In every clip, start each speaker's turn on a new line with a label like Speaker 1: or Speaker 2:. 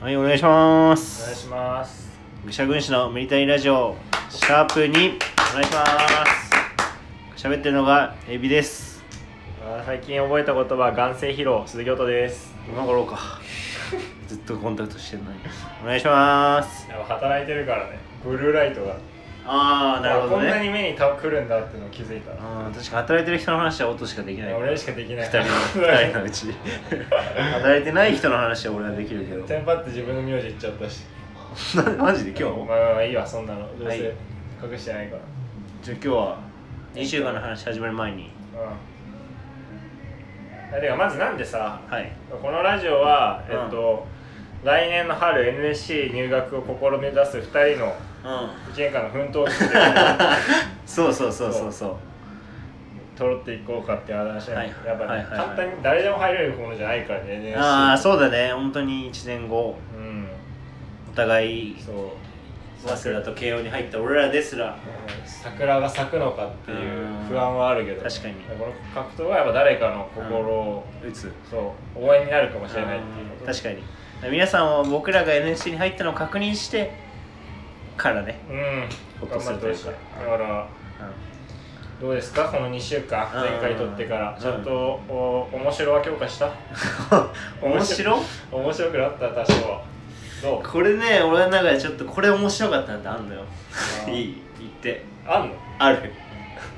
Speaker 1: はいお願いしま
Speaker 2: お願いし
Speaker 1: す
Speaker 2: ます
Speaker 1: 愚者軍師のミリタリーラジオシャープ2お願いします喋ってるのがエビです
Speaker 2: あー最近覚えた言葉眼性疲労鈴木音です
Speaker 1: 今頃 かずっとコンタクトしてるのにお願いします
Speaker 2: やっぱ働いてるからねブルーライトが
Speaker 1: ああなるほど
Speaker 2: あこんなに
Speaker 1: ね
Speaker 2: 目にたくるんだってのを気づいた
Speaker 1: あー確かに働いてる人の話は音しかできないい
Speaker 2: や俺しかできな
Speaker 1: 2
Speaker 2: い
Speaker 1: 人の二人のう ち働いてない人の話は俺はできるけ
Speaker 2: テンパって自分の名字言っちゃったし
Speaker 1: どなマジで今日
Speaker 2: まあまあまあいいわそんなのどう
Speaker 1: は
Speaker 2: せ
Speaker 1: い
Speaker 2: 隠してないか
Speaker 1: じゃあ今日は2週間の話始める前に
Speaker 2: らうんてかまずなんでさ
Speaker 1: はい
Speaker 2: このラジオは、
Speaker 1: うん
Speaker 2: えっと来年の春 NSC 入学を試み出す2人の
Speaker 1: うん
Speaker 2: 1年間の奮闘記で
Speaker 1: そうそうそうそうそう
Speaker 2: とろっていこうかっていう話なんだけどやっ
Speaker 1: はいは
Speaker 2: ぱ、ね
Speaker 1: いはいはい
Speaker 2: 簡単に誰でも入れるものじゃないからね NSC
Speaker 1: ああそうだね本当に1年後
Speaker 2: うん
Speaker 1: お互い
Speaker 2: そう
Speaker 1: 早稲田と慶応に入った俺らですら
Speaker 2: うん桜が咲くのかっていう不安はあるけど
Speaker 1: うん確かに
Speaker 2: この格闘はやっぱ誰かの心を、
Speaker 1: 打つ
Speaker 2: そう応援になるかもしれないっていうこと
Speaker 1: 確かに皆さんは僕らが NSC に入ったのを確認してからね、
Speaker 2: うん
Speaker 1: ほっと
Speaker 2: 頑
Speaker 1: す
Speaker 2: 張
Speaker 1: る
Speaker 2: って
Speaker 1: とい
Speaker 2: ほ
Speaker 1: う
Speaker 2: しい
Speaker 1: か
Speaker 2: だからどうですかこの2週間
Speaker 1: うん
Speaker 2: 前回撮ってから
Speaker 1: うん
Speaker 2: ちゃんとお面白は強化した
Speaker 1: うん面白
Speaker 2: 面白くなった多少はどう
Speaker 1: これね俺の中でちょっとこれ面白かったってあんのよ
Speaker 2: あ ー
Speaker 1: いい言って
Speaker 2: あんの
Speaker 1: ある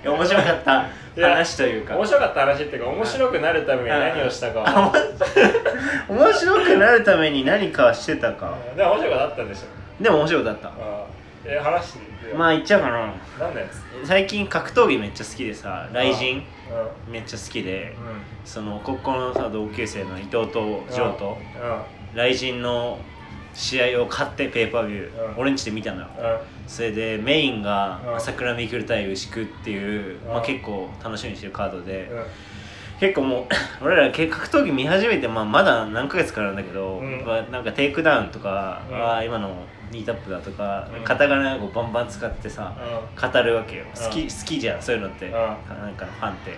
Speaker 1: いや面白かった
Speaker 2: いや
Speaker 1: 話というか
Speaker 2: 面白かった話っていうか面白くなるために何をしたか
Speaker 1: あ
Speaker 2: は
Speaker 1: 面白くなるために何かしてたか
Speaker 2: でも面白くなったんでしょ
Speaker 1: でも面白かった
Speaker 2: あーえ話してよ
Speaker 1: まあ言っちゃうかな
Speaker 2: 何のやつ
Speaker 1: 最近格闘技めっちゃ好きでさ雷神
Speaker 2: う
Speaker 1: めっちゃ好きで
Speaker 2: んうん
Speaker 1: その高校のさ同級生の伊藤とジョーと
Speaker 2: う
Speaker 1: 雷神の試合を勝ってペーパービュー、
Speaker 2: うん
Speaker 1: 俺んちで見たのよ
Speaker 2: んうん
Speaker 1: それでメイン
Speaker 2: うん
Speaker 1: が朝倉未来対牛久っていう、
Speaker 2: うん
Speaker 1: まあ、結構楽しみにしてるカードで、
Speaker 2: うん
Speaker 1: 結構もう 俺ら格闘技見始めて、まあ、まだ何ヶ月かなんだけど、
Speaker 2: うん
Speaker 1: まあ、なんかテイクダウンとか、
Speaker 2: うん
Speaker 1: あー今のニータップだとか、
Speaker 2: うん
Speaker 1: カタカナをバンバン使ってさ、
Speaker 2: うん好
Speaker 1: 語るわけよ好き,、
Speaker 2: うん
Speaker 1: 好きじゃんそういうのって、
Speaker 2: ん
Speaker 1: なんかのファンって。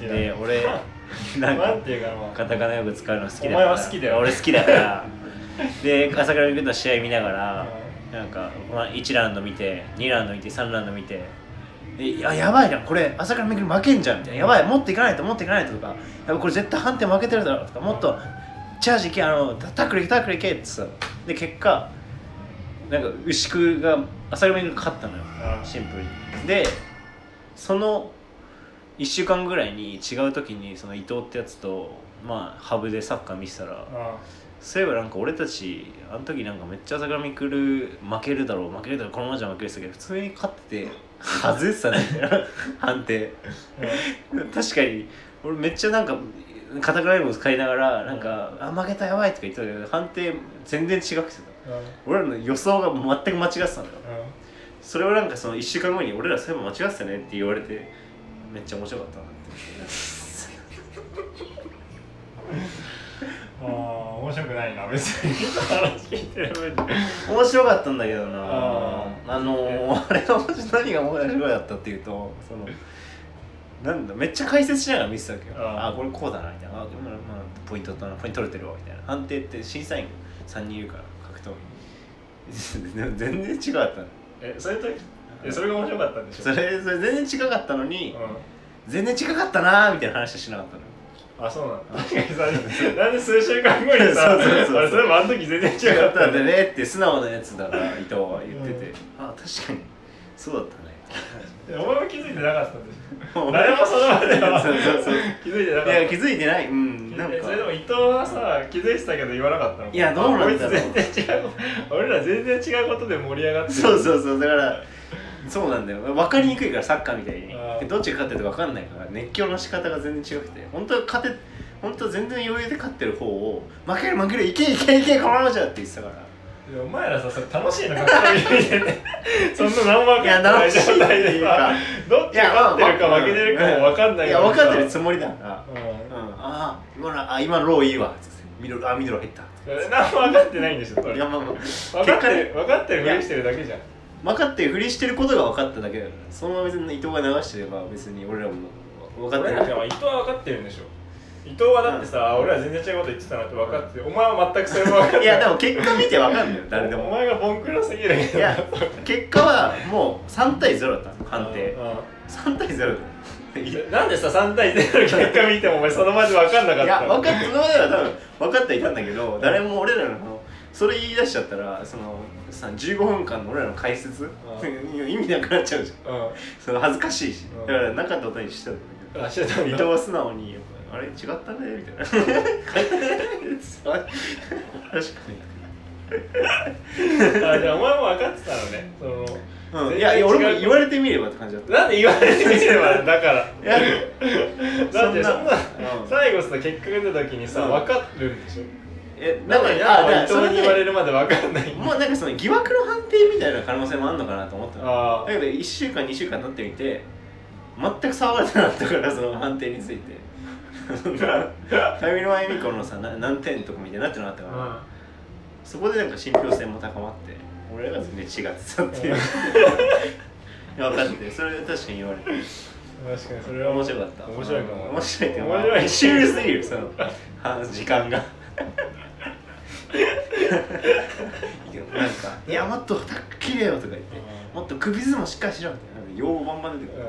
Speaker 2: きだ
Speaker 1: で
Speaker 2: ね
Speaker 1: 俺なん
Speaker 2: なん
Speaker 1: か
Speaker 2: ていうかまあ
Speaker 1: カタカナよく使うの好きだから
Speaker 2: お前は好きだよ
Speaker 1: 俺好きだから で朝倉未来の試合見ながらなんか、まあ、1ラウンド見て2ラウンド見て3ラウンド見てでいややばいなこれ朝倉未来負けんじゃんみたいなやばいもっといかないともっといかないととかやばいこれ絶対判定負けてるだろうとかもっとチャージいけあのタタックルいけタックルいけってさで結果なんか牛久が朝倉未来が勝ったのよ
Speaker 2: うん
Speaker 1: シンプルにでその1週間ぐらいに違う時にその伊藤ってやつとまあハブでサッカー見てたらそういえばなんか俺たちあの時なんかめっちゃ朝倉未来負けるだろう負けるだろうこのままじゃ負けるっすけど普通に勝ってて外れてたね 判定
Speaker 2: うん
Speaker 1: 確かに俺めっちゃなんか片倉にも使いながらなんか「あ負けたやばい」とか言ってたけど判定全然違くてさ
Speaker 2: うんうん
Speaker 1: 俺らの予想が全く間違ってたんだよ
Speaker 2: うん
Speaker 1: それをなんかその1週間後に俺らそういえば間違ってたねって言われてめっちゃ面白かったなって
Speaker 2: ああ面白くないな別に話聞いてる分に
Speaker 1: 面白かったんだけどな
Speaker 2: あ
Speaker 1: あのー、あれは面白い何が面白かったっていうとそのなんだめっちゃ解説しながら見てたわけど
Speaker 2: あ
Speaker 1: あこれこうだなみたいなあ今の、まあ、ポイントとなポイント取れてるわみたいな判定って審査員3人いるから格闘技 でも全然違かったの
Speaker 2: えそういう時えそれが面白かったんでしょ
Speaker 1: それそれ全然違かったのに
Speaker 2: う
Speaker 1: 全然違かったなーみたいな話はしなかったのよ
Speaker 2: んあそうなんだ確かにさなんで数週間後に
Speaker 1: そ
Speaker 2: さ
Speaker 1: うそうそうそう
Speaker 2: あれそれもあの時全然違
Speaker 1: 違
Speaker 2: か
Speaker 1: か
Speaker 2: っ
Speaker 1: ったた
Speaker 2: ん
Speaker 1: ん
Speaker 2: だ
Speaker 1: で
Speaker 2: よ
Speaker 1: ねって素直なやつだな伊藤は言ってて、
Speaker 2: うん
Speaker 1: あ確かにそうだったね
Speaker 2: お前も気づいてなかったんでし
Speaker 1: お
Speaker 2: ょ
Speaker 1: 前
Speaker 2: 誰もその場では
Speaker 1: そうそうそう
Speaker 2: 気づいてな
Speaker 1: い
Speaker 2: かった
Speaker 1: や気づいてないうんなんか
Speaker 2: えそれでも伊藤はさ気づいてたけど言わなかったの
Speaker 1: いやどうなんだろう
Speaker 2: あこいつ全然違う 俺ら全然違うことで盛り上がってる
Speaker 1: そうそうそうだからそうなんだよ分かりにくいからサッカーみたいに
Speaker 2: あー
Speaker 1: どっちが勝ってるか分かんないから熱狂の仕方が全然違くて本当は勝て本当は全然余裕で勝ってる方を負ける負けるいけいけいけこのままじゃって言ってたから
Speaker 2: いやお前らさそれ楽しいのか格闘技見てて そんな何も分かんない状態で
Speaker 1: いや楽しいっていうか
Speaker 2: さどっちが勝ってるか負けてるかも分かんない
Speaker 1: い
Speaker 2: か
Speaker 1: や
Speaker 2: ら
Speaker 1: 分かってる
Speaker 2: さ
Speaker 1: つもりだから
Speaker 2: う
Speaker 1: うんんあー今のあ今のローいいわつってミドルあミドル入った
Speaker 2: 何も分かってないんでしょそれ
Speaker 1: いやまあまあ
Speaker 2: 分かってる分かってるふりしてるだけじゃん
Speaker 1: 分かってるふりしてることが分かっただけだからそのまま別に伊藤が流してれば別に俺らも分かって
Speaker 2: 俺
Speaker 1: る
Speaker 2: らでも伊藤は分かってるんでしょ伊藤はだってさ、俺ら全然違うこと言ってたなって分かっててお前は全くそれも分かって
Speaker 1: いやでも結果見てわかんないよ誰で
Speaker 2: お
Speaker 1: も
Speaker 2: 前がボンクラすぎる
Speaker 1: いや結果はもう3対0だったの判定
Speaker 2: うんうん
Speaker 1: 3対0だったいや
Speaker 2: なんでさ3対0の結果見てもお前その場で分かんなかったの
Speaker 1: いや分かってその前は多分分かっていたんだけど誰も俺らのそれ言い出しちゃったらそのさ15分間の俺らの解説 意味なくなっちゃうじゃんその恥ずかしいし
Speaker 2: うん
Speaker 1: だからなかったことにしてたんだけ
Speaker 2: うんあしてた
Speaker 1: ど
Speaker 2: ん
Speaker 1: 伊
Speaker 2: だ
Speaker 1: 藤は素直に「あれ違ったね」みたい な確かに
Speaker 2: あじゃあお前も分かってたのねその
Speaker 1: うん、いやいや俺も言われてみればって感じだった
Speaker 2: なんで言われてみればだから
Speaker 1: い や
Speaker 2: だってそんな
Speaker 1: うん
Speaker 2: 最後さ結果が出た時にさ
Speaker 1: うん
Speaker 2: 分かるんでしょ
Speaker 1: え
Speaker 2: な
Speaker 1: なんんか
Speaker 2: か伊
Speaker 1: あだから
Speaker 2: 藤
Speaker 1: それ
Speaker 2: に言われ
Speaker 1: で
Speaker 2: るまで分かんない
Speaker 1: もうなんかその疑惑の判定みたいな可能性もあるのかなと思ったの
Speaker 2: あ
Speaker 1: だ
Speaker 2: ー
Speaker 1: けど1週間2週間経ってみて全く触れてなかったからその判定につい てそんな上沼恵美子のさな何点とかみたいになってなかったから、
Speaker 2: うん
Speaker 1: そこでなんか信憑性も高まって俺らが全然違ってた っていう
Speaker 2: うん
Speaker 1: 分かってそれ確かに言われて
Speaker 2: 確かにそれは
Speaker 1: 面白かった
Speaker 2: 面白いかも
Speaker 1: 面白いって
Speaker 2: 面白い
Speaker 1: シュールすぎるそのあ時間がいやなんか「いやもっとタッキれよ」とか言って「もっと首相撲しっかりしろ」みたいななんかようバンバン出てくる「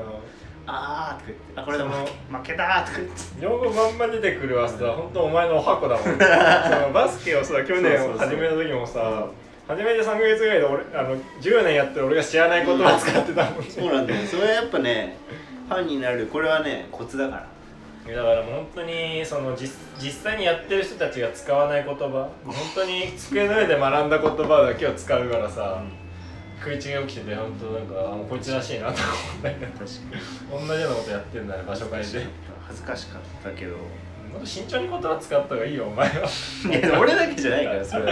Speaker 1: あー」とか言って「あこれでも負けた」とか言って
Speaker 2: 用語バンバン出てくるはさ本当お前のお箱 だもんそのバスケをさ去年
Speaker 1: そうそうそう
Speaker 2: 始めた時もさ初めて3ヶ月ぐらいで俺あの10年やってる俺が知らない言葉使ってたもん ね
Speaker 1: そうなんだよそれはやっぱねファンになるこれはねコツだから
Speaker 2: いやだからもう本当にその実実際にやってる人たちが使わない言葉本当に机の上で学んだ言葉だけを使うからさ、食い違い起きてて本当なんかあもうこいつらしいなと思った
Speaker 1: 確かに
Speaker 2: 同じようなことやってるんだね場所変えて
Speaker 1: 恥ずかしかったけど
Speaker 2: もっと慎重に言葉使った方がいいよお前は
Speaker 1: いや俺だけじゃないからそれは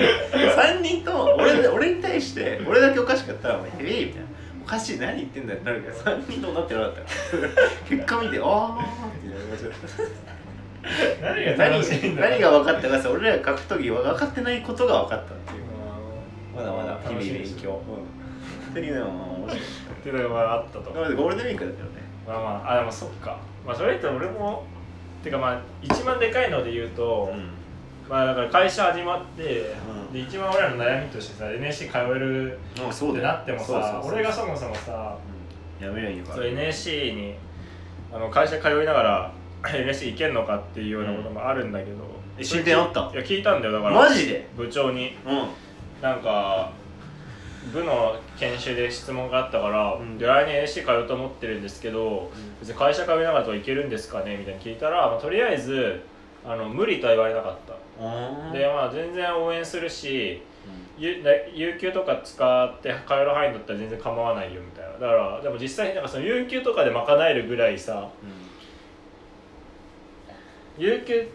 Speaker 1: 3人とも俺俺に対して俺だけおかしかったら「お前やべえ」みたいな「おかしい何言ってんだ」ってなるけど3人ともなってなかったから結果見て「ああ」ってなりました
Speaker 2: 何が楽しい
Speaker 1: 何
Speaker 2: んだ
Speaker 1: 何が分かったかさ俺らが格闘技は分かってないことが分かったっていうまだまだ日々勉強うんというのはまあ面白い
Speaker 2: っていうのがまああったと
Speaker 1: なのでゴールデンウィークだけどね
Speaker 2: まあまああでもそっかまあそれと俺もてかまあ一番でかいので言うと、まあだから会社始まって、
Speaker 1: うん
Speaker 2: で一番俺らの悩みとしてさ NSC 通える
Speaker 1: うんあそ
Speaker 2: っ
Speaker 1: うだ
Speaker 2: て
Speaker 1: よ
Speaker 2: なってもさ
Speaker 1: そうそうそう
Speaker 2: 俺がそもそもさ
Speaker 1: うんやめりゃいいのか
Speaker 2: そう NSC にあの会社通いながら NSC 行けんのかっていうようなこともあるんだけど、
Speaker 1: え進展あった
Speaker 2: いや聞いたんだよだから
Speaker 1: マジで
Speaker 2: 部長に
Speaker 1: うん
Speaker 2: なんか部の研修で質問があったから「
Speaker 1: うん
Speaker 2: で来年 NSC 通うと思ってるんですけど、
Speaker 1: ん
Speaker 2: 別に会社通いながらとか行けるんですかね?」みたいに聞いたら、まあとりあえずあの無理とは言われなかった。
Speaker 1: うん
Speaker 2: でまあ、全然応援するし有ね有給とか使って通える範囲だったら全然構わないよみたいなだからでも実際になんかその有給とかで賄えるぐらいさ有給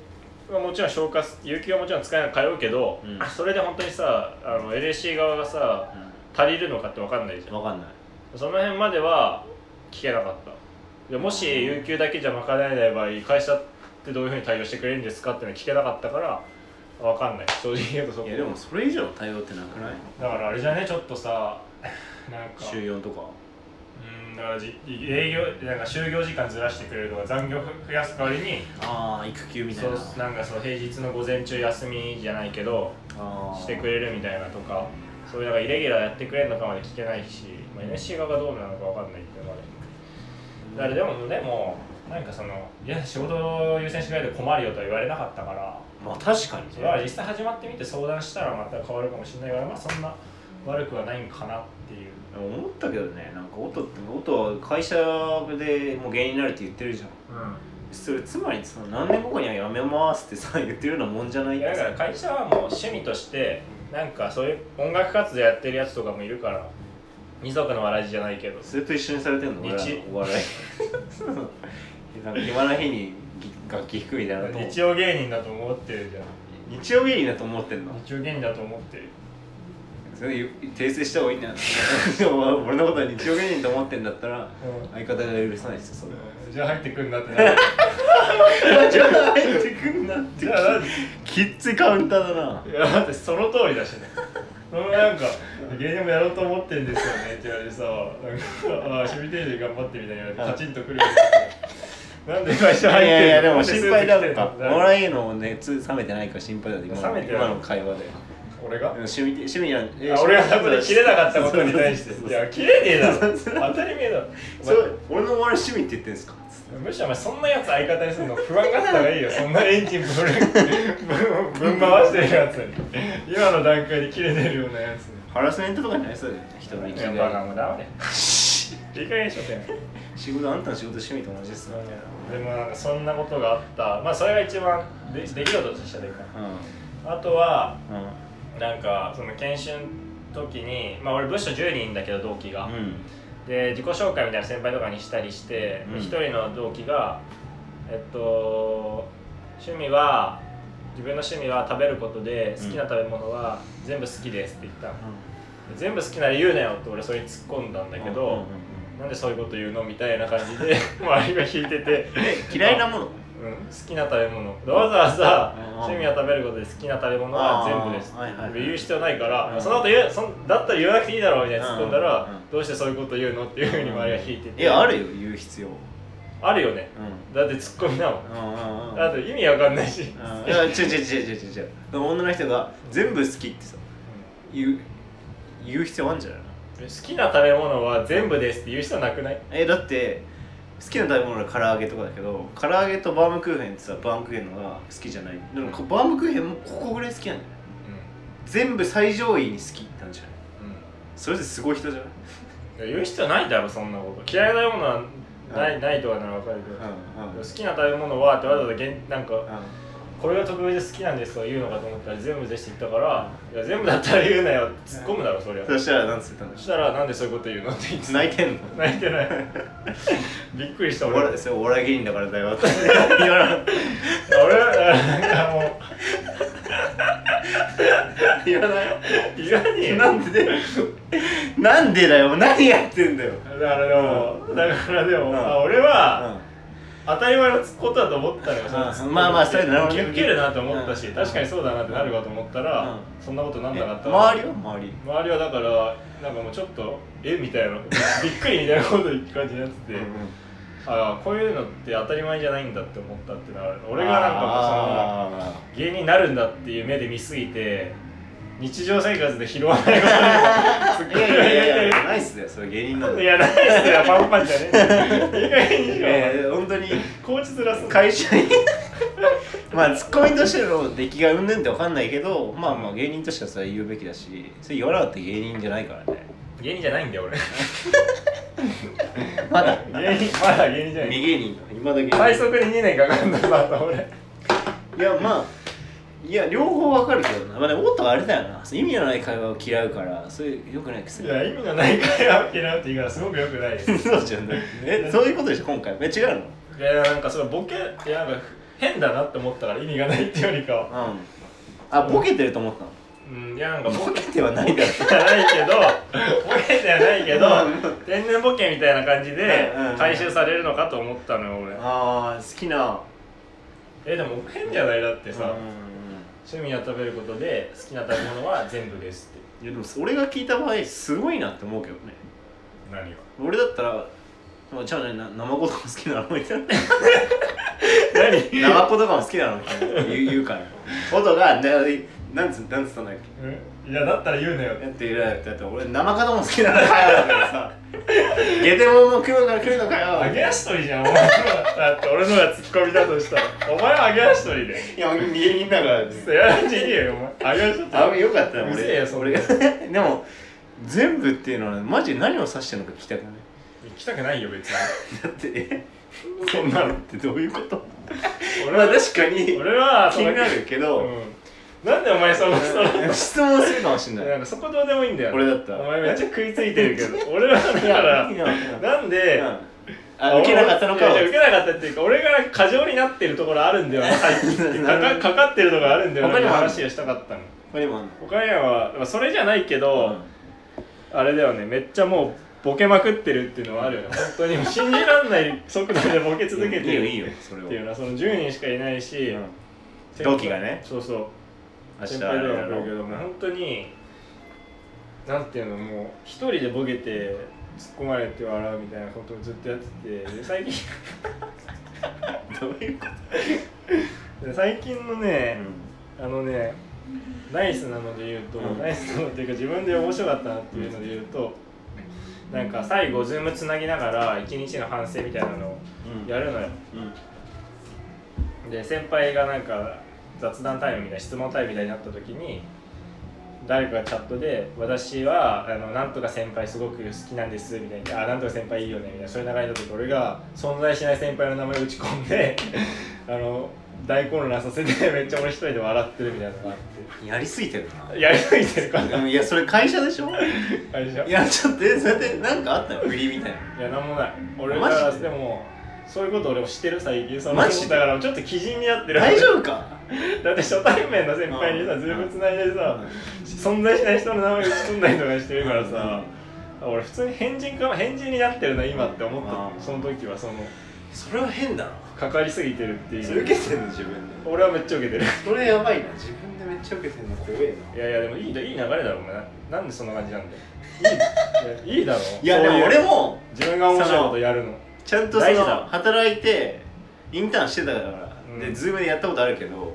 Speaker 2: はもちろん消化す有給はもちろん使えない通うけど、
Speaker 1: うん
Speaker 2: それで本当にさあの LSC 側がさ足りるのかって分かんないじゃん
Speaker 1: 分かんない
Speaker 2: その辺までは聞けなかったでもし有給だけじゃ賄えない場合会社ってどういうふうに対応してくれるんですかっていうのは聞けなかったから分かんない正直言うとそこ
Speaker 1: いやでもそれ以上の対応ってなくない
Speaker 2: だからあれじゃねちょっとさ なんか
Speaker 1: 週4とか
Speaker 2: うんだからじ営業なんか就業時間ずらしてくれるとか残業ふ増やす代わりに
Speaker 1: ああ育休みた
Speaker 2: そ
Speaker 1: いな
Speaker 2: うなんかその平日の午前中休みじゃないけど
Speaker 1: あー
Speaker 2: してくれるみたいなとかそういうなんかイレギュラーやってくれるのかまで聞けないし、まあ、NSC 側がどうなのかわかんないっていうのがあるだからでもでもなんかそのいや仕事を優先してくれて困るよとは言われなかったから
Speaker 1: まあ確かに
Speaker 2: それは実際始まってみて相談したらまた変わるかもしれないからまあそんな悪くはないんかなっていう
Speaker 1: 思ったけどねなんか音って音は会社でもう芸人になるって言ってるじゃんそれつまりその何年後かにはやめますってさ言ってるようなもんじゃない
Speaker 2: いやだから会社はもう趣味としてなんかそういう音楽活動やってるやつとかもいるから二足のわらじじゃないけど
Speaker 1: それと一緒にされてんの
Speaker 2: 日
Speaker 1: 俺らのお笑い なんか暇な日に楽器弾くみたいなの
Speaker 2: 日曜芸人だと思ってるじゃん
Speaker 1: 日曜芸人だと思ってんの
Speaker 2: 日曜芸人だと思ってる
Speaker 1: それ訂正した方がいいんじゃ ないでも俺のことは日曜芸人と思ってんだったら
Speaker 2: うん
Speaker 1: 相方が許さないですよ
Speaker 2: じゃあ入ってくんなって なる
Speaker 1: それはじゃあ入ってくんなって
Speaker 2: じゃあなんで
Speaker 1: きっついカウンターだない
Speaker 2: やだってその通りだしね そのなんか芸人もやろうと思ってんですよねって言われてさなんかああ趣味定時頑張ってみたいな言われてカチンとくるんですなんで会社入って
Speaker 1: いや
Speaker 2: る
Speaker 1: いやでも心配だった
Speaker 2: なんでスーツ着てんの
Speaker 1: もらえの熱冷めてないか心配だった今の
Speaker 2: 冷めてない
Speaker 1: 今の会話で
Speaker 2: 俺が
Speaker 1: 趣味趣味やんえ
Speaker 2: あ俺がそこで切れなかったことに対して
Speaker 1: そうそう
Speaker 2: い
Speaker 1: そう
Speaker 2: や切れねえだろ当たり前だろ
Speaker 1: それ俺のお笑い趣味って言ってんすか
Speaker 2: お前むしろお前そんなやつ相方にするの不安があった方がいいよそんなエンジンぶるぶん回してるやつに今の段階で切れてるようなやつに
Speaker 1: ハラスメントとかになりそうだよね人の生き
Speaker 2: いやバカもダ メだよいい加減にしょてん
Speaker 1: 仕事あんたの仕事趣味と同じですよね
Speaker 2: でもなんかそんなことがあったまあそれが一番で出来事としてはでか
Speaker 1: うん
Speaker 2: いあとは
Speaker 1: うん
Speaker 2: なんかその研修の時にまあ俺部署10人だけど同期が、
Speaker 1: うん
Speaker 2: で自己紹介みたいな先輩とかにしたりして
Speaker 1: うん
Speaker 2: 一、人の同期が「えっと趣味は自分の趣味は食べることで好きな食べ物は全部好きです」って言ったの、全部好きなら言うなよって俺それに突っ込んだんだけど、
Speaker 1: うんうん
Speaker 2: なんでそういうこと言うのみたいな感じで 周りが引いてて
Speaker 1: 嫌いなもの
Speaker 2: うん、好きな食べ物わざわざ
Speaker 1: うん
Speaker 2: 趣味は食べることで好きな食べ物は全部です
Speaker 1: あーはいはいはい
Speaker 2: 俺言う必要ないから、
Speaker 1: うん
Speaker 2: そんなこと言うそんだったら言わなくていいだろうみたいな突っ込んだら、
Speaker 1: うんうん
Speaker 2: どうしてそういうこと言うのっていうふうに周りが引いてて
Speaker 1: いやあるよ言う必要うん
Speaker 2: あるよねだって突っ込みなもん
Speaker 1: うんうんうん
Speaker 2: だって意味わかんない し、
Speaker 1: うんいや違う違う違う違う違うでも女の人が全部好きってさ言う言う必要あるんじゃないの
Speaker 2: 好きな食べ物は全部ですって言う必要なくない
Speaker 1: えだって好きな食べ物は唐揚げとかだけど唐揚げとバームクーヘンってさバームクーヘンのが好きじゃないでもこバームクーヘンもここぐらい好きなんじゃない全部最上位に好きなんじゃないそれですごい人じゃない
Speaker 2: いや言う必要ないだろそんなこと嫌いなものはない,、
Speaker 1: うん
Speaker 2: ないとはならわかるけど、
Speaker 1: うんうん
Speaker 2: 好きな食べ物はってわざわざげんなんか、
Speaker 1: う
Speaker 2: これが特別好きなんですとか言うのかと思ったら全部ですって言ったから、いや全部だったら言うなよ突っ込むだろそりゃ、
Speaker 1: んそしたら何つったんで
Speaker 2: そし
Speaker 1: した
Speaker 2: らなんでそういうこと言うのって言って
Speaker 1: ょ泣いてんの
Speaker 2: 泣いてない びっくりした
Speaker 1: お
Speaker 2: 俺
Speaker 1: 笑い
Speaker 2: 俺
Speaker 1: それお笑い芸人だからだよって言わな
Speaker 2: なんかも
Speaker 1: 言わないよ
Speaker 2: ういらねえよ
Speaker 1: なんでなんでだよ何やってんだよ
Speaker 2: だからでも、だからでも、
Speaker 1: うん
Speaker 2: あ俺は、当たり前のことだと思ったのよ、その突っ込み
Speaker 1: うんまあまあそういうの
Speaker 2: 受け
Speaker 1: ね
Speaker 2: 受けるなと思ったし、
Speaker 1: うん
Speaker 2: 確かにそうだなってなるかと思ったら、
Speaker 1: うん
Speaker 2: そんなことなん
Speaker 1: え
Speaker 2: なかったわ
Speaker 1: 周りは周り
Speaker 2: 周りはだからなんかもうちょっと えみたいなびっくりみたいなこと言う感じになってて、ああこういうのって当たり前じゃないんだって思ったっていうのはある俺がなんか
Speaker 1: もうその
Speaker 2: もうその芸人になるんだっていう目で見すぎて日常生活で拾わないこと
Speaker 1: い
Speaker 2: にすっ
Speaker 1: や
Speaker 2: ご
Speaker 1: い
Speaker 2: い
Speaker 1: やいやい
Speaker 2: や
Speaker 1: や、ないっすよ、それ芸人なん
Speaker 2: い
Speaker 1: で。
Speaker 2: やないっすよパンパンじゃねえ 意外にしろ
Speaker 1: えー、本当に
Speaker 2: コーチずらすの
Speaker 1: 会社にまあツッコミとしての出来がうんぬんって分かんないけどまあまあ芸人としてはそれ言うべきだしそれ言わなかったら芸人じゃないからね
Speaker 2: 芸人じゃないんだよ俺
Speaker 1: まだ
Speaker 2: 芸人まだ芸人じゃな
Speaker 1: 未
Speaker 2: い
Speaker 1: 芸人だ今だ芸人
Speaker 2: 最速に2年かかるんだなと俺
Speaker 1: いやまあいや両方分かるけどなまあでもオットはあれだよな意味のない会話を嫌うからそういうよくないくせ
Speaker 2: い
Speaker 1: に
Speaker 2: や意味のない会話を嫌うって言うからすごく良くないです
Speaker 1: そうじゃないえそういうことでしょ今回え違うの
Speaker 2: いやなんかそのボケいやなんか変だなって思ったから意味がないってよりかは
Speaker 1: うんあボケてると思ったの
Speaker 2: うんいやなんかボ
Speaker 1: ボ
Speaker 2: ケ
Speaker 1: ケてはないだろ
Speaker 2: じゃな いけどボケじゃないけど天然ボケみたいな感じで
Speaker 1: うんうんうん
Speaker 2: 回収されるのかと思ったのよ俺
Speaker 1: ああ好きな
Speaker 2: えでも変じゃないだってさ
Speaker 1: うんうんうん
Speaker 2: 趣味は食べることで好きな食べ物は全部ですって
Speaker 1: いやでも俺が聞いた場合すごいなって思うけどね
Speaker 2: 何 が
Speaker 1: 俺だったらまあじゃあねな生子とか好きなのみたいな
Speaker 2: 何
Speaker 1: 生子とかも好きなのみたいな言う言うから音がななんつなんつったんだっけ
Speaker 2: うんいやだったら言うなよって
Speaker 1: だって言われたって俺生方も好きなのかよだからさゲテモンも食うから食うのか
Speaker 2: 揚げ
Speaker 1: よ
Speaker 2: 足取りじゃんお前のだって俺のがツッコミだとしたらお前は揚げ足取りで
Speaker 1: いや芸人だからね
Speaker 2: いやらじいよお前揚げ足取り
Speaker 1: あよかった
Speaker 2: う
Speaker 1: 俺
Speaker 2: るせえよそれ
Speaker 1: 俺がでも全部っていうのはマジで何を指してるのか聞きたくない
Speaker 2: 行きたくないよ別に
Speaker 1: だってえ
Speaker 2: そ
Speaker 1: そ
Speaker 2: ん
Speaker 1: ん
Speaker 2: な
Speaker 1: な
Speaker 2: の
Speaker 1: のってどういうこと
Speaker 2: 俺
Speaker 1: まあ
Speaker 2: は
Speaker 1: 確かに
Speaker 2: 俺は
Speaker 1: 気になるけど、
Speaker 2: うん、なんでお前そのその
Speaker 1: 質問するかもしれな
Speaker 2: ないんかそこどうでもいいんだよ
Speaker 1: 俺だったら
Speaker 2: お前めっちゃ食いついてるけど俺はだから
Speaker 1: いやいや
Speaker 2: なんで、
Speaker 1: うんあ受けなかったのか
Speaker 2: いやいや受けなかったっていうか俺が過剰になってるところある んだよな最近ってかかかかってるのがあるんだよな
Speaker 1: 他にもある
Speaker 2: 話をしたかったの
Speaker 1: これもあんの
Speaker 2: 岡山はまあそれじゃないけど、あれだよねめっちゃもうボケまくってるっていうのはあるよね本当に信じらんない速度でボケ続けてる
Speaker 1: いいよいいよそれを
Speaker 2: っていうのはその10人しかいないし、
Speaker 1: うん同期がね
Speaker 2: そうそう
Speaker 1: 明日
Speaker 2: 先
Speaker 1: あ
Speaker 2: 輩
Speaker 1: れ
Speaker 2: で
Speaker 1: や
Speaker 2: はあ
Speaker 1: ろ
Speaker 2: るけども本当になんていうのもう一人でボケて突っ込まれて笑うみたいなことをずっとやっててで最近
Speaker 1: どういうこと
Speaker 2: で 最近のね、あのねナイスなので言うと、
Speaker 1: うん
Speaker 2: ナイスなのっていうか自分で面白かったなっていうので言うと、なんか最後ズームつなぎながら一日の反省みたいなのを
Speaker 1: うん
Speaker 2: やるのよ、
Speaker 1: うん
Speaker 2: で先輩がなんか雑談タイムみたいな質問タイムみたいになった時に誰かがチャットで「私はあのなんとか先輩すごく好きなんです」みたいな「あなんとか先輩いいよね」みたいなそれ流れた時俺が存在しない先輩の名前を打ち込んで あの大混乱させてめっちゃ俺一人で笑ってるみたいなのがあっ
Speaker 1: やりすぎてる な
Speaker 2: てやりすぎてるから
Speaker 1: うんいやそれ会社でしょ
Speaker 2: あれでしょ
Speaker 1: いやちょっとえそれでなんかあったの売りみたい
Speaker 2: いやなんもない俺
Speaker 1: マジ
Speaker 2: が
Speaker 1: で
Speaker 2: でもそういうこと俺も知ってる最近その
Speaker 1: マジで
Speaker 2: だからちょっと基準になって
Speaker 1: な
Speaker 2: る
Speaker 1: 大丈夫か
Speaker 2: だって初対面の先輩にさ
Speaker 1: うん
Speaker 2: ズームつないでさ存在しない人の名前打ち込んだりとかしてるからさ俺普通に変人か変人になってるな今って思っ
Speaker 1: うん
Speaker 2: たその時はその
Speaker 1: それは変だな
Speaker 2: かかりすぎてるって
Speaker 1: そ
Speaker 2: い
Speaker 1: れ
Speaker 2: う
Speaker 1: 受けてんの自分で
Speaker 2: 俺はめっちゃ受けてる
Speaker 1: それやばいな自分でめっちゃ受けてんの怖え
Speaker 2: いやいやでもいいだいい流れだろお前ななんでそんな感じなんだよいいいやいいだろ
Speaker 1: いや
Speaker 2: そう
Speaker 1: で
Speaker 2: う
Speaker 1: も俺も
Speaker 2: 自分が面白いことやるの
Speaker 1: ちゃんとそ
Speaker 2: 大事だ
Speaker 1: の働いてインターンしてたから、
Speaker 2: うん
Speaker 1: でズームでやったことあるけど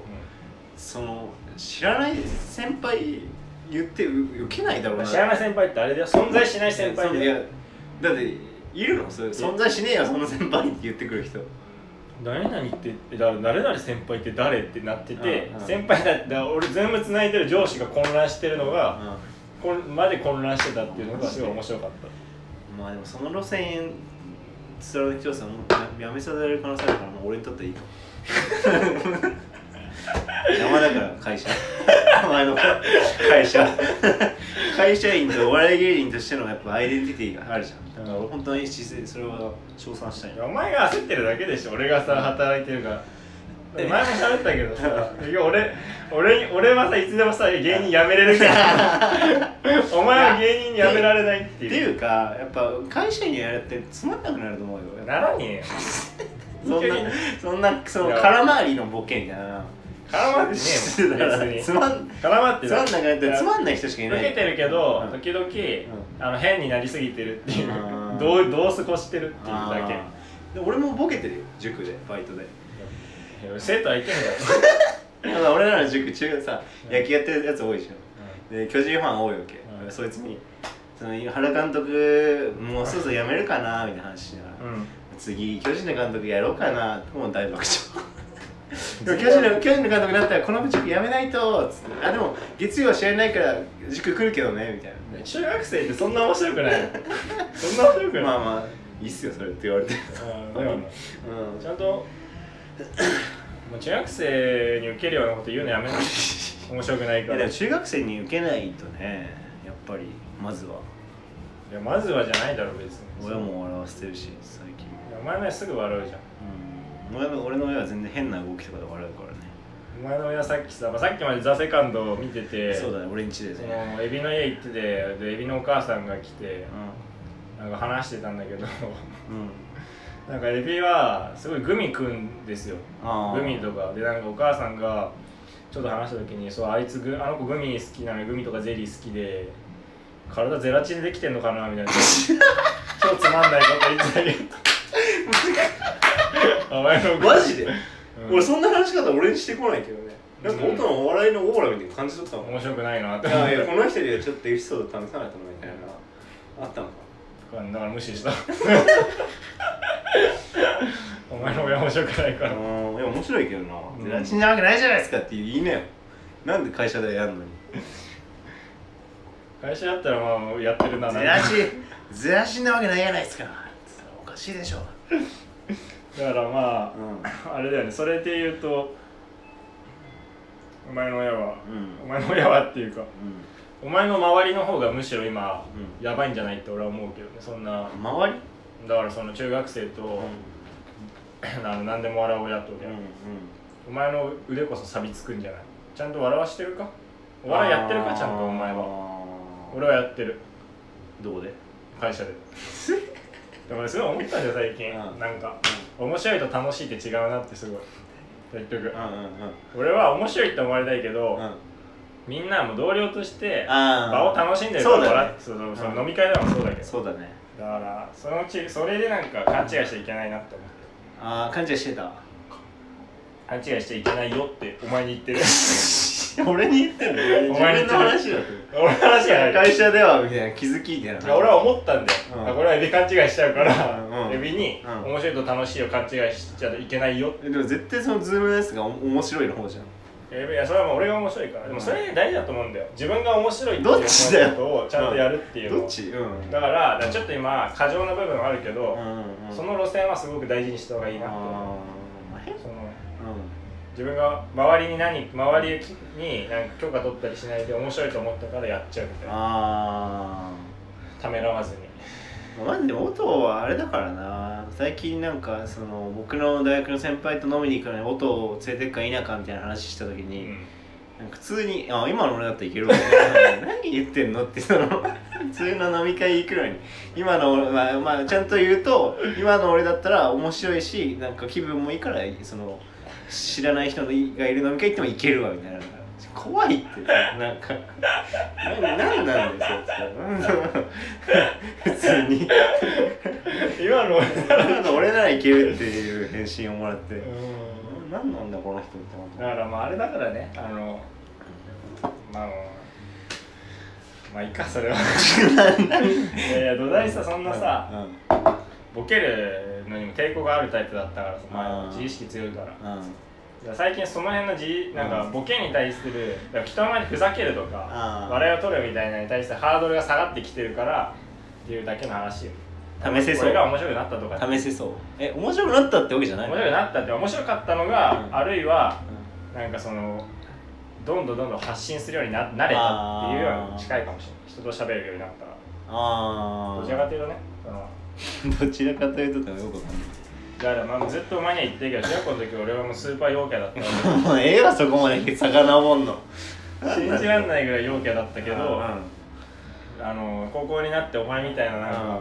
Speaker 1: その知らない先輩言ってう受けないだろう
Speaker 2: うん
Speaker 1: な
Speaker 2: 知らない先輩ってあれだよ存在しない先輩
Speaker 1: その
Speaker 2: で
Speaker 1: いやだっているのそれ存在しねえよその先輩って言ってくる人
Speaker 2: 誰々ってえだ誰々先輩って誰ってなってて、
Speaker 1: うんうん
Speaker 2: 先輩だって俺ズームつないでる上司が混乱してるのが、
Speaker 1: ま
Speaker 2: こんまで混乱してたっていうのがすごい面白かった
Speaker 1: あでもその路線貫き調査もうややめさせられる可能性あるからもう俺にと っていいかも邪魔だから会社お前の会社会社員とお笑い芸人としてのやっぱアイデンティティがあるじゃんだから俺本当に姿勢それは称賛したい
Speaker 2: い
Speaker 1: な
Speaker 2: やお前が焦ってるだけでしょ俺がさ働いてるから
Speaker 1: え
Speaker 2: 前も喋ったけどさいや俺俺に俺はさいつでもさ芸人辞めれる けどお前は芸人辞められないって
Speaker 1: って
Speaker 2: いう
Speaker 1: いうかやっぱ会社員やるってつまんなくなると思うよ
Speaker 2: ならね
Speaker 1: そんなそんなその空回りのボケみたいな
Speaker 2: 絡まってねえ も
Speaker 1: だから
Speaker 2: ん別
Speaker 1: つ
Speaker 2: に
Speaker 1: まん
Speaker 2: 絡まって
Speaker 1: つまんなくなって
Speaker 2: いや
Speaker 1: つまんない人しかいない
Speaker 2: 受けてるけど、
Speaker 1: うん
Speaker 2: 時々、
Speaker 1: ん
Speaker 2: あの変になりすぎてるっていう
Speaker 1: あー
Speaker 2: どうどう過ごしてるっていう
Speaker 1: あ
Speaker 2: だ
Speaker 1: ー
Speaker 2: け
Speaker 1: で俺もボケてるよ塾でバイトで
Speaker 2: いや生徒はいけんだよ、
Speaker 1: だから俺らの塾中学さ
Speaker 2: うん
Speaker 1: 野球やってるやつ多いじゃんで巨人ファン多いわけ、
Speaker 2: うん
Speaker 1: そいつにその原監督もうそろそろやめるかなみたいな話しながら、
Speaker 2: うん
Speaker 1: 次巨人の監督やろうかなともう大爆 笑でも巨
Speaker 2: 巨人
Speaker 1: 人の巨人の監督になったらこの塾やめないとつってあでも月曜は試合ないから塾来るけどねみたいな
Speaker 2: 中学生ってそんな面白くない そんな面白くない、
Speaker 1: まあまあいいっすよそれって言われて、
Speaker 2: うんだよね
Speaker 1: うん
Speaker 2: ちゃ んともう中学生に受けるようなこと言うの やめな面白くない
Speaker 1: い
Speaker 2: か
Speaker 1: やで
Speaker 2: ら
Speaker 1: も
Speaker 2: い
Speaker 1: 中学生に受けないとねやっぱりまずは
Speaker 2: やまずはじゃないだろ別に
Speaker 1: 親も笑わせてるし最近、
Speaker 2: いやお前の親すぐ笑うじゃん
Speaker 1: うん、俺の俺の親は全然変な動きとかで笑うからね、
Speaker 2: お前の親さっきさ、まあ、さっきまで「ザ・セカンドを見てて
Speaker 1: そうだね俺ん家で
Speaker 2: そ
Speaker 1: ね、
Speaker 2: のエビの家行っててでエビのお母さんが来て
Speaker 1: う
Speaker 2: なんか話してたんだけど
Speaker 1: んう ん、
Speaker 2: なんかエビはすごいグミ食うんですよ
Speaker 1: あー
Speaker 2: グミとかでなんかお母さんがちょっと話した時にそうあいつグあの子グミ好きなのにグミとかゼリー好きで体ゼラチンでできてんのかな みたいな超つまんないこと言ってたけどお前の
Speaker 1: マジで、
Speaker 2: うん
Speaker 1: 俺そんな話し方俺にしてこないけどねなんか元のお笑いのオーラみたいな感じとったもん、い
Speaker 2: 面白くないなって
Speaker 1: やいやこの人にはちょっとエピソード試さないとみたいなあったのか
Speaker 2: だから無視した お前の親面白くないから
Speaker 1: うんいや面白いけどな
Speaker 2: うん
Speaker 1: ゼラチンなわけないじゃないですかって言いなよなんで会社でやるのに
Speaker 2: 会社だったらまあやってるな
Speaker 1: ゼ
Speaker 2: な
Speaker 1: ラ
Speaker 2: んか
Speaker 1: チンゼラチンなわけないじゃないですかおかしいでしょ
Speaker 2: だからま
Speaker 1: うん
Speaker 2: ああれだよねそれで言うとお前の親は、
Speaker 1: うん
Speaker 2: お前の親はっていうかお前の周りの方がむしろ今、
Speaker 1: うん
Speaker 2: やばいんじゃないって俺は思うけどねそんな
Speaker 1: 周り
Speaker 2: だからその中学生と、 あの何でも笑う親とで、お前の腕こそ錆びつくんじゃないちゃんと笑わしてるかお笑いやってるかちゃんとお前は
Speaker 1: は
Speaker 2: 俺はやってる
Speaker 1: どうで
Speaker 2: 会社ででもねすごい思ったんだよ最近、
Speaker 1: うん
Speaker 2: なんか面白いと楽しいって違うなってすごい結
Speaker 1: うんう
Speaker 2: 局
Speaker 1: んうん
Speaker 2: 俺は面白いって思われたいけど、
Speaker 1: うん
Speaker 2: みんなも同僚として
Speaker 1: あー
Speaker 2: 場を楽しんでる
Speaker 1: そうだね
Speaker 2: 笑ってそうそうそ
Speaker 1: うん
Speaker 2: の飲み会でもそうだけど
Speaker 1: そうだね
Speaker 2: だからそのうちそれでなんか勘違いしちゃいけないなって思って
Speaker 1: ああ勘違いしてた
Speaker 2: 勘違いしちゃいけないよってお前に 言ってる
Speaker 1: 俺に言って んの
Speaker 2: お前に言って
Speaker 1: だ
Speaker 2: る
Speaker 1: っ
Speaker 2: 俺の話じゃない
Speaker 1: 会社ではみたいな気づきみたい
Speaker 2: い
Speaker 1: な
Speaker 2: や俺は思ったんだよ、
Speaker 1: うん
Speaker 2: あこれはエビ勘違いしちゃうから、
Speaker 1: うん
Speaker 2: エビに、
Speaker 1: うん
Speaker 2: 面白いと楽しいを勘違いしちゃいけないよ
Speaker 1: でも絶対そのズームのやつがお面白いの方じゃん
Speaker 2: エビいやそれはもう俺が面白いからでもそれ大事だと思うんだよ自分が面白いっていう
Speaker 1: どっちだよ
Speaker 2: ことをちゃんとやるっていうの
Speaker 1: どっちうん
Speaker 2: だからだからちょっと今過剰な部分はあるけど、
Speaker 1: うんうん
Speaker 2: その路線はすごく大事にした方がいいなって思う
Speaker 1: あー
Speaker 2: その
Speaker 1: うん
Speaker 2: 自分が周りに何周りになんか許可取ったりしないで面白いと思ったからやっちゃうみたいな
Speaker 1: あー
Speaker 2: ためらわずに
Speaker 1: まずでも音はあれだからな最近なんかその僕の大学の先輩と飲みに行くのに音を連れてくか否かみたいな話した時
Speaker 2: う
Speaker 1: に、
Speaker 2: ん
Speaker 1: なんか普通に「あ今の俺だったらいける わ」何言ってんのってその普通の飲み会行くのに今の俺、まあまあ、ちゃんと言うと今の俺だったら面白いしなんか気分もいいからその知らない人がいる飲み会行っても行けるわみたいな怖いってなんか何なんなんですよ 普通に
Speaker 2: 今の俺なら
Speaker 1: 今の俺ならいけるっていう返信をもらって
Speaker 2: うん
Speaker 1: 何なんだこの人って思って
Speaker 2: だからまああれだからねあのまあまあいいかそ れはいやいや土台さそんなさ
Speaker 1: うん
Speaker 2: ボケるのにも抵抗があるタイプだったからさ前は
Speaker 1: うん
Speaker 2: 自意識強いからだか
Speaker 1: うんうん
Speaker 2: ら最近その辺の自なん
Speaker 1: う
Speaker 2: か
Speaker 1: ん
Speaker 2: ボケに対するだから人前でふざけるとか
Speaker 1: うん
Speaker 2: 笑いを取るみたいなのに対してハードルが下がってきてるからっていうだけの話よ
Speaker 1: 試せそう
Speaker 2: これが面白くなったとか面
Speaker 1: 試せそうえ面白くなったってわけじゃないの
Speaker 2: 白くなったって面白かったのが、
Speaker 1: うん
Speaker 2: あるいは
Speaker 1: う
Speaker 2: なんかそのどんどんどんどん発信するようにななれたっていうより近いかもしれない人と喋るようになったら
Speaker 1: んああ
Speaker 2: どちらかというとねその
Speaker 1: どちらかというとでもよくわかん
Speaker 2: だからまあずっとお前には言ってるけど中学校の時俺はもうスーパー陽キャだったか
Speaker 1: ないもうええわそこまで魚もんの
Speaker 2: ら信じらんないぐらい陽キャだったけど
Speaker 1: うん
Speaker 2: あの高校になってお前みたいななんか、
Speaker 1: まあ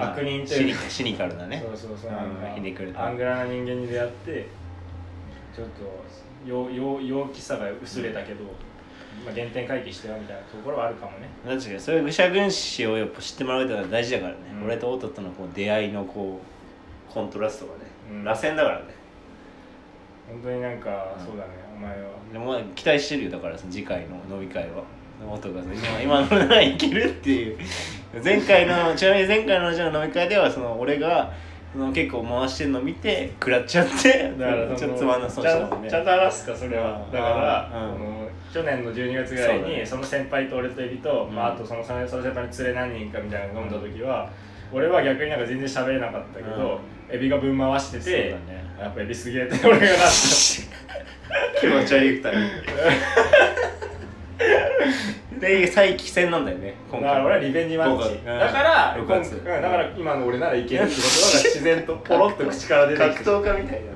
Speaker 2: 悪人という
Speaker 1: シニシニカルだね
Speaker 2: そうそうそう
Speaker 1: うん
Speaker 2: なん
Speaker 1: ひねくれ
Speaker 2: か
Speaker 1: た
Speaker 2: アングラな人間に出会ってちょっとよよ陽気さが薄れたけど、まあ、原点回帰してよみたいなところはあるかもね
Speaker 1: 確かにそういう愚者軍師をやっぱ知ってもらうってのは大事だからね、
Speaker 2: うん
Speaker 1: 俺と音とのこう出会いのこうコントラストがね、
Speaker 2: うん
Speaker 1: 螺旋だからね
Speaker 2: 本当になんか、
Speaker 1: うん
Speaker 2: そうだねお前は
Speaker 1: でも期待してるよだからその次回の飲み会は音がさ今今のならいけるっていう前回の ちなみに前回のうちの飲み会ではその俺がその結構回してるの見て食らっちゃって
Speaker 2: だから
Speaker 1: ち
Speaker 2: そ
Speaker 1: ょっと
Speaker 2: の
Speaker 1: つまんなそうしたもんね
Speaker 2: ちゃんちゃんと話すかそれは
Speaker 1: うん
Speaker 2: だから
Speaker 1: うん
Speaker 2: あの去年の12月ぐらい
Speaker 1: そうだね
Speaker 2: にその先輩と俺とエビと、
Speaker 1: うん
Speaker 2: まあ、あとそのそのその先輩の連れ何人かみたいなの飲んだ時は、俺は逆になんか全然喋れなかったけど、エビがぶん回して
Speaker 1: そうだ
Speaker 2: て、
Speaker 1: ね
Speaker 2: やっぱエビすげえって俺がなった
Speaker 1: 気持ち悪いた人で再起戦なんだよね
Speaker 2: だ
Speaker 1: 今
Speaker 2: から
Speaker 1: 回
Speaker 2: 俺はリベンジマッチ、
Speaker 1: 今回
Speaker 2: だから、
Speaker 1: うん
Speaker 2: 今回
Speaker 1: 六月
Speaker 2: うんだから今の俺ならいけるってことが自然とポロッと口から出てき
Speaker 1: 格
Speaker 2: て
Speaker 1: 闘家みたいなんだよな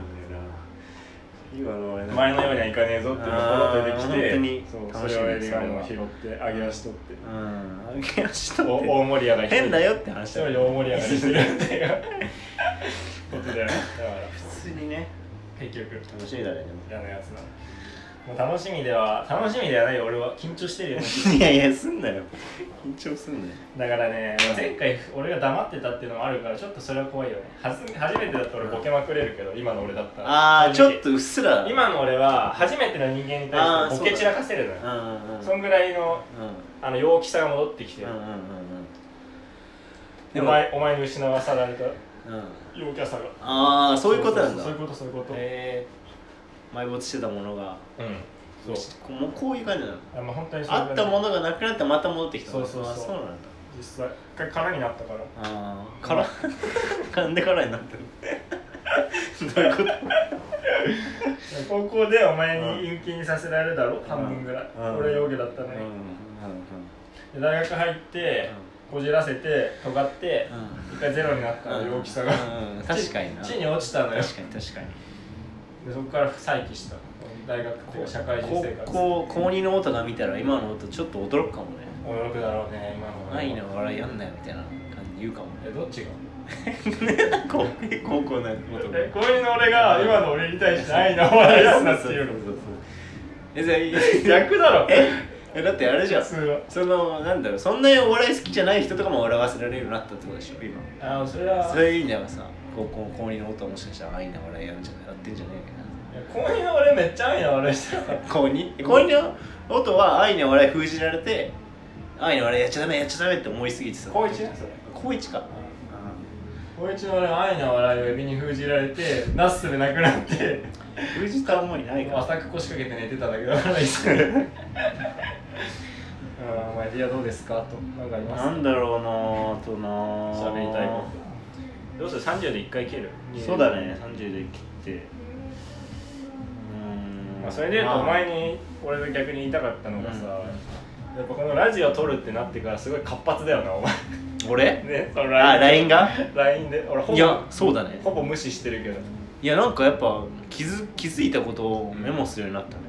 Speaker 1: 今の俺
Speaker 2: 前のようにはいかねえぞっていうのがポロッと出てき
Speaker 1: あー本
Speaker 2: て
Speaker 1: 当に
Speaker 2: そうそれをエ
Speaker 1: 楽しみです
Speaker 2: ビがもう
Speaker 1: そ
Speaker 2: 拾
Speaker 1: れ
Speaker 2: って上げ足取って。
Speaker 1: うん揚げ足取って
Speaker 2: お大盛り上がり
Speaker 1: 変だよって話
Speaker 2: 一
Speaker 1: だ
Speaker 2: 人で大盛り上がりしてるっていうことだよねだから
Speaker 1: 普通にね
Speaker 2: 結局
Speaker 1: 楽しみだね
Speaker 2: 嫌なやつだもう楽しみでは楽しみではないよ俺は緊張してるよね
Speaker 1: いやいやすんなよ緊張すんなよ
Speaker 2: だからね前回俺が黙ってたっていうのもあるからちょっとそれは怖いよねはず初めてだったら俺ボケまくれるけど今の俺だったら
Speaker 1: ああち
Speaker 2: 正
Speaker 1: ょ
Speaker 2: 直
Speaker 1: っとうっすら
Speaker 2: 今の俺は初めての人間に
Speaker 1: あ
Speaker 2: 対
Speaker 1: ー
Speaker 2: して
Speaker 1: そう
Speaker 2: ボ
Speaker 1: だ
Speaker 2: ケ散らかせるの
Speaker 1: う
Speaker 2: よ
Speaker 1: んうんうん
Speaker 2: そんぐらいのあの陽気さが戻ってきて
Speaker 1: うんうんうんうんうん
Speaker 2: お前お前に失わされた
Speaker 1: うん
Speaker 2: 陽キャさが
Speaker 1: ああそういうことなんだ
Speaker 2: そういうことそういうこと
Speaker 1: へえ埋没してたものが
Speaker 2: うんそう
Speaker 1: こもうこういう感じなの
Speaker 2: あまあ本当にそれ
Speaker 1: あ
Speaker 2: ぐら
Speaker 1: っ
Speaker 2: い
Speaker 1: たものがなくなってまた戻ってきたの
Speaker 2: そうそうそう
Speaker 1: あそうなんだ
Speaker 2: 実際一回空になったから
Speaker 1: ああ から噛んでからになってるどういうこと
Speaker 2: 高校でお前
Speaker 1: うん
Speaker 2: に陰気にさせられるだろ、半分ぐらい、
Speaker 1: うん
Speaker 2: 俺は陽気だったの
Speaker 1: うん
Speaker 2: に、
Speaker 1: うん
Speaker 2: で大学入って、こじらせて尖って、一回ゼロになったの
Speaker 1: うん
Speaker 2: 陽気さが、
Speaker 1: うんうん確かにな
Speaker 2: 地地に落ちたのよ
Speaker 1: 確かに確かに
Speaker 2: でそこから再起した大学っていうか社会人生
Speaker 1: 高
Speaker 2: 活
Speaker 1: 校高2の音が見たら今の音ちょっと驚くかもね
Speaker 2: 驚くだろうね今の
Speaker 1: 愛の笑いやんなよみたいな感じ言うかもね
Speaker 2: えどっちが
Speaker 1: 高高校の音
Speaker 2: えこういうの俺が今の俺に対して愛の笑いやんなっていう の
Speaker 1: えじゃあ
Speaker 2: 逆だろ
Speaker 1: ええだってあれじゃん
Speaker 2: 普通は
Speaker 1: そのなんだろうそんなにお笑い好きじゃない人とかも笑わせられるようになったってことでしょ今
Speaker 2: あのそれは
Speaker 1: そういう意味ではさ高校高二のことはもしかしたら愛な笑いやるんじゃないやってんじゃね
Speaker 2: こういうの俺めっちゃ愛な笑いしてた
Speaker 1: えかな高二高二の音は愛の笑い封じられて愛の笑いやっちゃダメやっちゃダメって思いすぎてさ
Speaker 2: 高一ねそれ
Speaker 1: 高一か
Speaker 2: 高一の俺は愛の笑いを指に封じられてなすすべなくなって
Speaker 1: 封じた思いないから
Speaker 2: 浅く腰掛けて寝てただけだからいいっすねうんマリアどうですかとなんかあります
Speaker 1: なんだろうなぁとなぁ
Speaker 3: 喋りたいことどうする30で1回切る
Speaker 1: そうだね30で切ってうーん
Speaker 2: まあ、それで言うとお前に俺が逆に言いたかったのがさ、
Speaker 1: うん
Speaker 2: やっぱこのラジオ撮るってなってからすごい活発だよなお 前
Speaker 1: 俺
Speaker 2: ねその
Speaker 1: あ LINE が
Speaker 2: LINE で俺ほぼ
Speaker 1: いやそうだね
Speaker 2: ほぼ無視してるけど
Speaker 1: いやなんかやっぱ気づ気づいたことをメモするようになったね、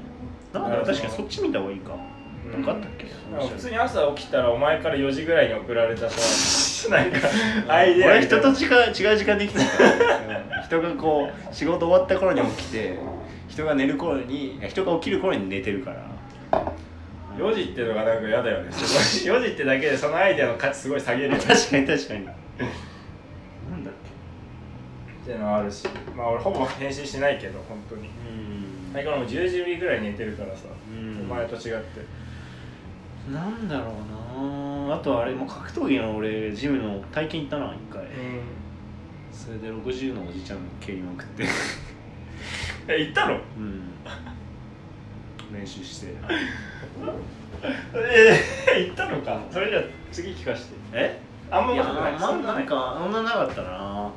Speaker 1: なんだろう確かにそっち見た方がいいか、
Speaker 2: うん
Speaker 1: なんかあったっけ
Speaker 2: なんか普通に朝起きたらお前から4時ぐらいに送られ たさなんかアイデア
Speaker 1: 俺
Speaker 2: みた
Speaker 1: 人
Speaker 2: いな
Speaker 1: と違う違う時間できたから、人がこう仕事終わった頃に起きて人が寝る頃にいや人が起きる頃に寝てるから
Speaker 2: 4時っていうのがなんか嫌だよ ねすごい4時ってだけでそのアイデアの価値すごい下げるよ ね
Speaker 1: 確かに確かになんだっ
Speaker 2: っていうのはあるしまあ俺ほぼ返信しないけど本当に
Speaker 1: けうん
Speaker 2: 最近俺も10時ぐらいに寝てるからさ、
Speaker 1: うん
Speaker 2: お前と違って
Speaker 1: なんだろうなあとあれもう格闘技の俺ジムの体験行ったな一回、
Speaker 2: う
Speaker 1: それで60のおじちゃんの蹴りまく って
Speaker 2: んえ行ったの
Speaker 1: うん練習して
Speaker 2: え え行ったのかそれじゃあ次聞かして
Speaker 1: え
Speaker 2: あんま
Speaker 1: いや
Speaker 2: 面白くない
Speaker 1: ま
Speaker 2: そ
Speaker 1: あ
Speaker 2: んな
Speaker 1: なんかあんななかったな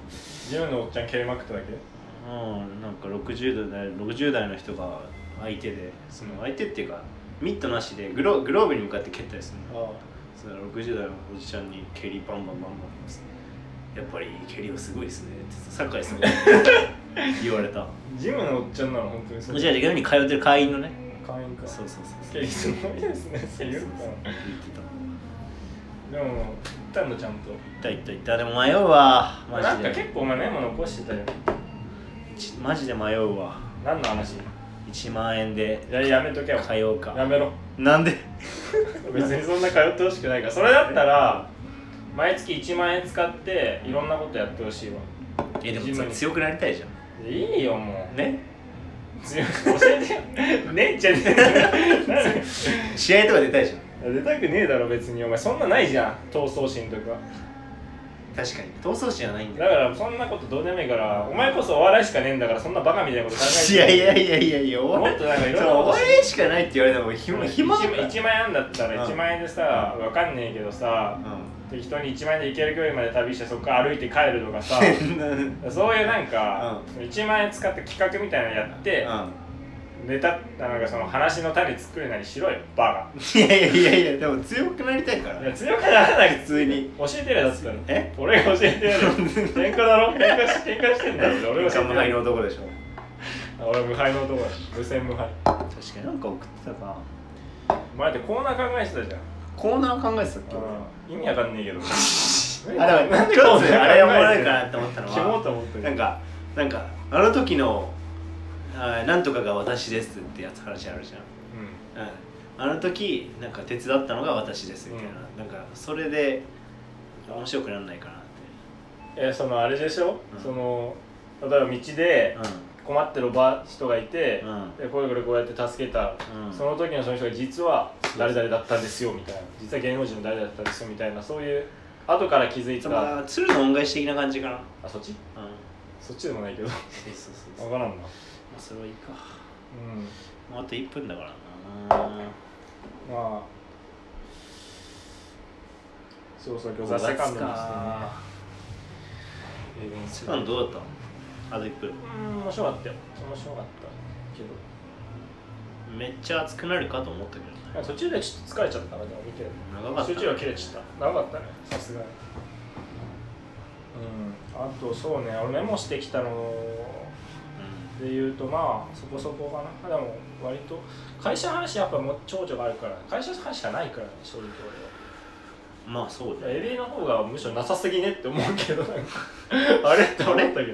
Speaker 2: 自分のおっちゃん蹴りまくっただけ
Speaker 1: うんなんか60代60代の人が相手でその相手っていうかミットなしでグログローブに向かって蹴ったりするの
Speaker 2: あ
Speaker 1: その60代のおじちゃんに蹴りバンバンバンバンですやっぱり蹴りはすごいですねって酒井すごい 言われた
Speaker 2: ジムのおっちゃんなの本当にそう
Speaker 1: じゃあ逆に通ってる会員のね
Speaker 2: 会員か
Speaker 1: そうそうそう
Speaker 2: 蹴りすごいですねって
Speaker 1: そ
Speaker 2: 言
Speaker 1: う
Speaker 2: う
Speaker 1: そう
Speaker 2: か
Speaker 1: そう言ってた
Speaker 2: でも行ったんだちゃんと
Speaker 1: 行った行った行ったでも迷うわマ
Speaker 2: なん
Speaker 1: ジ
Speaker 2: か
Speaker 1: で
Speaker 2: 結構お前メモ残してたよ
Speaker 1: ちマジで迷うわ
Speaker 2: 何の話い
Speaker 1: 1万円で
Speaker 2: ややめとけよ
Speaker 1: 通うか
Speaker 2: やめろ
Speaker 1: なんで
Speaker 2: 別にそんな通ってほしくないからそれだったら毎月1万円使っていろんなことやってほしいわ
Speaker 1: えで
Speaker 2: ジ
Speaker 1: も
Speaker 2: ム
Speaker 1: さ
Speaker 2: に
Speaker 1: 強くなりたいじゃん
Speaker 2: いいよもう
Speaker 1: ね
Speaker 2: 強い教えてよ ねえじゃねえ よなんで
Speaker 1: 試合とか出たいじゃん
Speaker 2: 出たくねえだろ別にお前そんなないじゃん闘争心とか
Speaker 1: 確かに闘争心はないんだ
Speaker 2: だ
Speaker 1: よ
Speaker 2: からそんなことどうでもいいからお前こそお笑いしかねえんだからそんなバカみたいなこと考えて
Speaker 1: いやいやいやいやいや
Speaker 2: も っとなんかいろんなこと
Speaker 1: 応援しかないって言われても暇暇だか
Speaker 2: 1,
Speaker 1: ら
Speaker 2: 万円だったら
Speaker 1: うん
Speaker 2: 1万円でさ、わかんねえけどさ、適当に1万円で行ける距離まで旅してそこから歩いて帰るとかさ
Speaker 1: うん
Speaker 2: そういうなんか、1万円使って企画みたいなのやって、ネタなんかその話の種作るなりしろよバ
Speaker 1: いやいやいやいやでも強くなりたいか
Speaker 2: カ
Speaker 1: ら
Speaker 2: いや強くならない
Speaker 1: 普通に
Speaker 2: 教えてるやつだろ
Speaker 1: え
Speaker 2: 俺が教えてやるよ喧嘩だろ喧嘩し喧嘩してんだろ俺が教え
Speaker 1: 無敗
Speaker 2: てやる
Speaker 1: の
Speaker 2: よ
Speaker 1: 男でしょ
Speaker 2: 俺無敗の男だ無戦無敗
Speaker 1: 確かになんか送ってたか
Speaker 2: お前ってコーナー考えてたじゃん
Speaker 1: コーナー考えてたっけ
Speaker 2: 意味わかんねえけど
Speaker 1: あでもちょっとあれおもろいかなって思ったの
Speaker 2: キモ
Speaker 1: は
Speaker 2: と思ったけど
Speaker 1: なんかなんかあの時のあーなんとかが私ですってやつ話あるじゃん
Speaker 2: う
Speaker 1: うんあの時なんか手伝ったのが私ですみたいな、なんかそれで面白くならないかなっ
Speaker 2: んえそのあれでしょ、
Speaker 1: うん
Speaker 2: その例えば道で
Speaker 1: て
Speaker 2: 困ってるおば人がいて、
Speaker 1: うん
Speaker 2: でこれこれこうやって助けた、
Speaker 1: うん
Speaker 2: その時のその人が実は誰々だったんですよみたいな実は芸能人の誰々だったんですよみたいなそういう後から気づい
Speaker 1: うん、
Speaker 2: た、
Speaker 1: まあ鶴の恩返し的な感じかな、うん、
Speaker 2: あそっち
Speaker 1: そ
Speaker 2: そっちでもない けど
Speaker 1: うそうそうそうま
Speaker 2: 分からんな
Speaker 1: あそれはいいか
Speaker 2: うん
Speaker 1: もうあと1分だからな
Speaker 2: まあそうそう
Speaker 1: 5
Speaker 2: 餃子セカンドに
Speaker 1: か
Speaker 2: してね
Speaker 1: セカンドどうだったあと1分
Speaker 2: うん面白かったよ面白かったけど
Speaker 1: めっちゃ熱くなるかと思ったけどね
Speaker 2: なんか途中でちょっと疲れちゃったからでも見てる
Speaker 1: 長かった
Speaker 2: 集中が切れちゃった長かったねさすがにうんあとそうね俺メモしてきたの
Speaker 1: う
Speaker 2: で言うとまあそこそこかなでも割と会社の話やっぱもう長女があるから会社の話しかないからね正直
Speaker 1: んまあそう
Speaker 2: 俺は
Speaker 1: だよ
Speaker 2: エビの方がむしろなさすぎねって思うけどなん かあれって思ったけど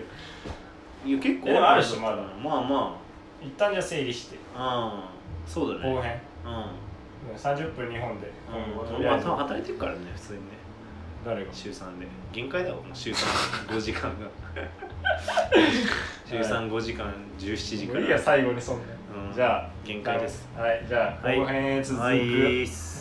Speaker 1: いや結構
Speaker 2: でもあるでしょまだ
Speaker 1: まあま
Speaker 2: 一旦じゃあ整理して
Speaker 1: あうんそうだね
Speaker 2: 後編
Speaker 1: うん
Speaker 2: 30分2本で、
Speaker 1: うん、
Speaker 2: とり
Speaker 1: ま
Speaker 2: あえ
Speaker 1: あ
Speaker 2: ず
Speaker 1: 多分働いてるからね普通にね
Speaker 2: 誰が
Speaker 1: 週3で限界だわもう週35時間 が週35時間17時か
Speaker 2: 無理や
Speaker 1: ら
Speaker 2: 最後にそんな、
Speaker 1: うん
Speaker 2: じゃあ
Speaker 1: 限界です
Speaker 2: はいじゃあ
Speaker 1: はい
Speaker 2: 後編へ続く、
Speaker 1: はいっす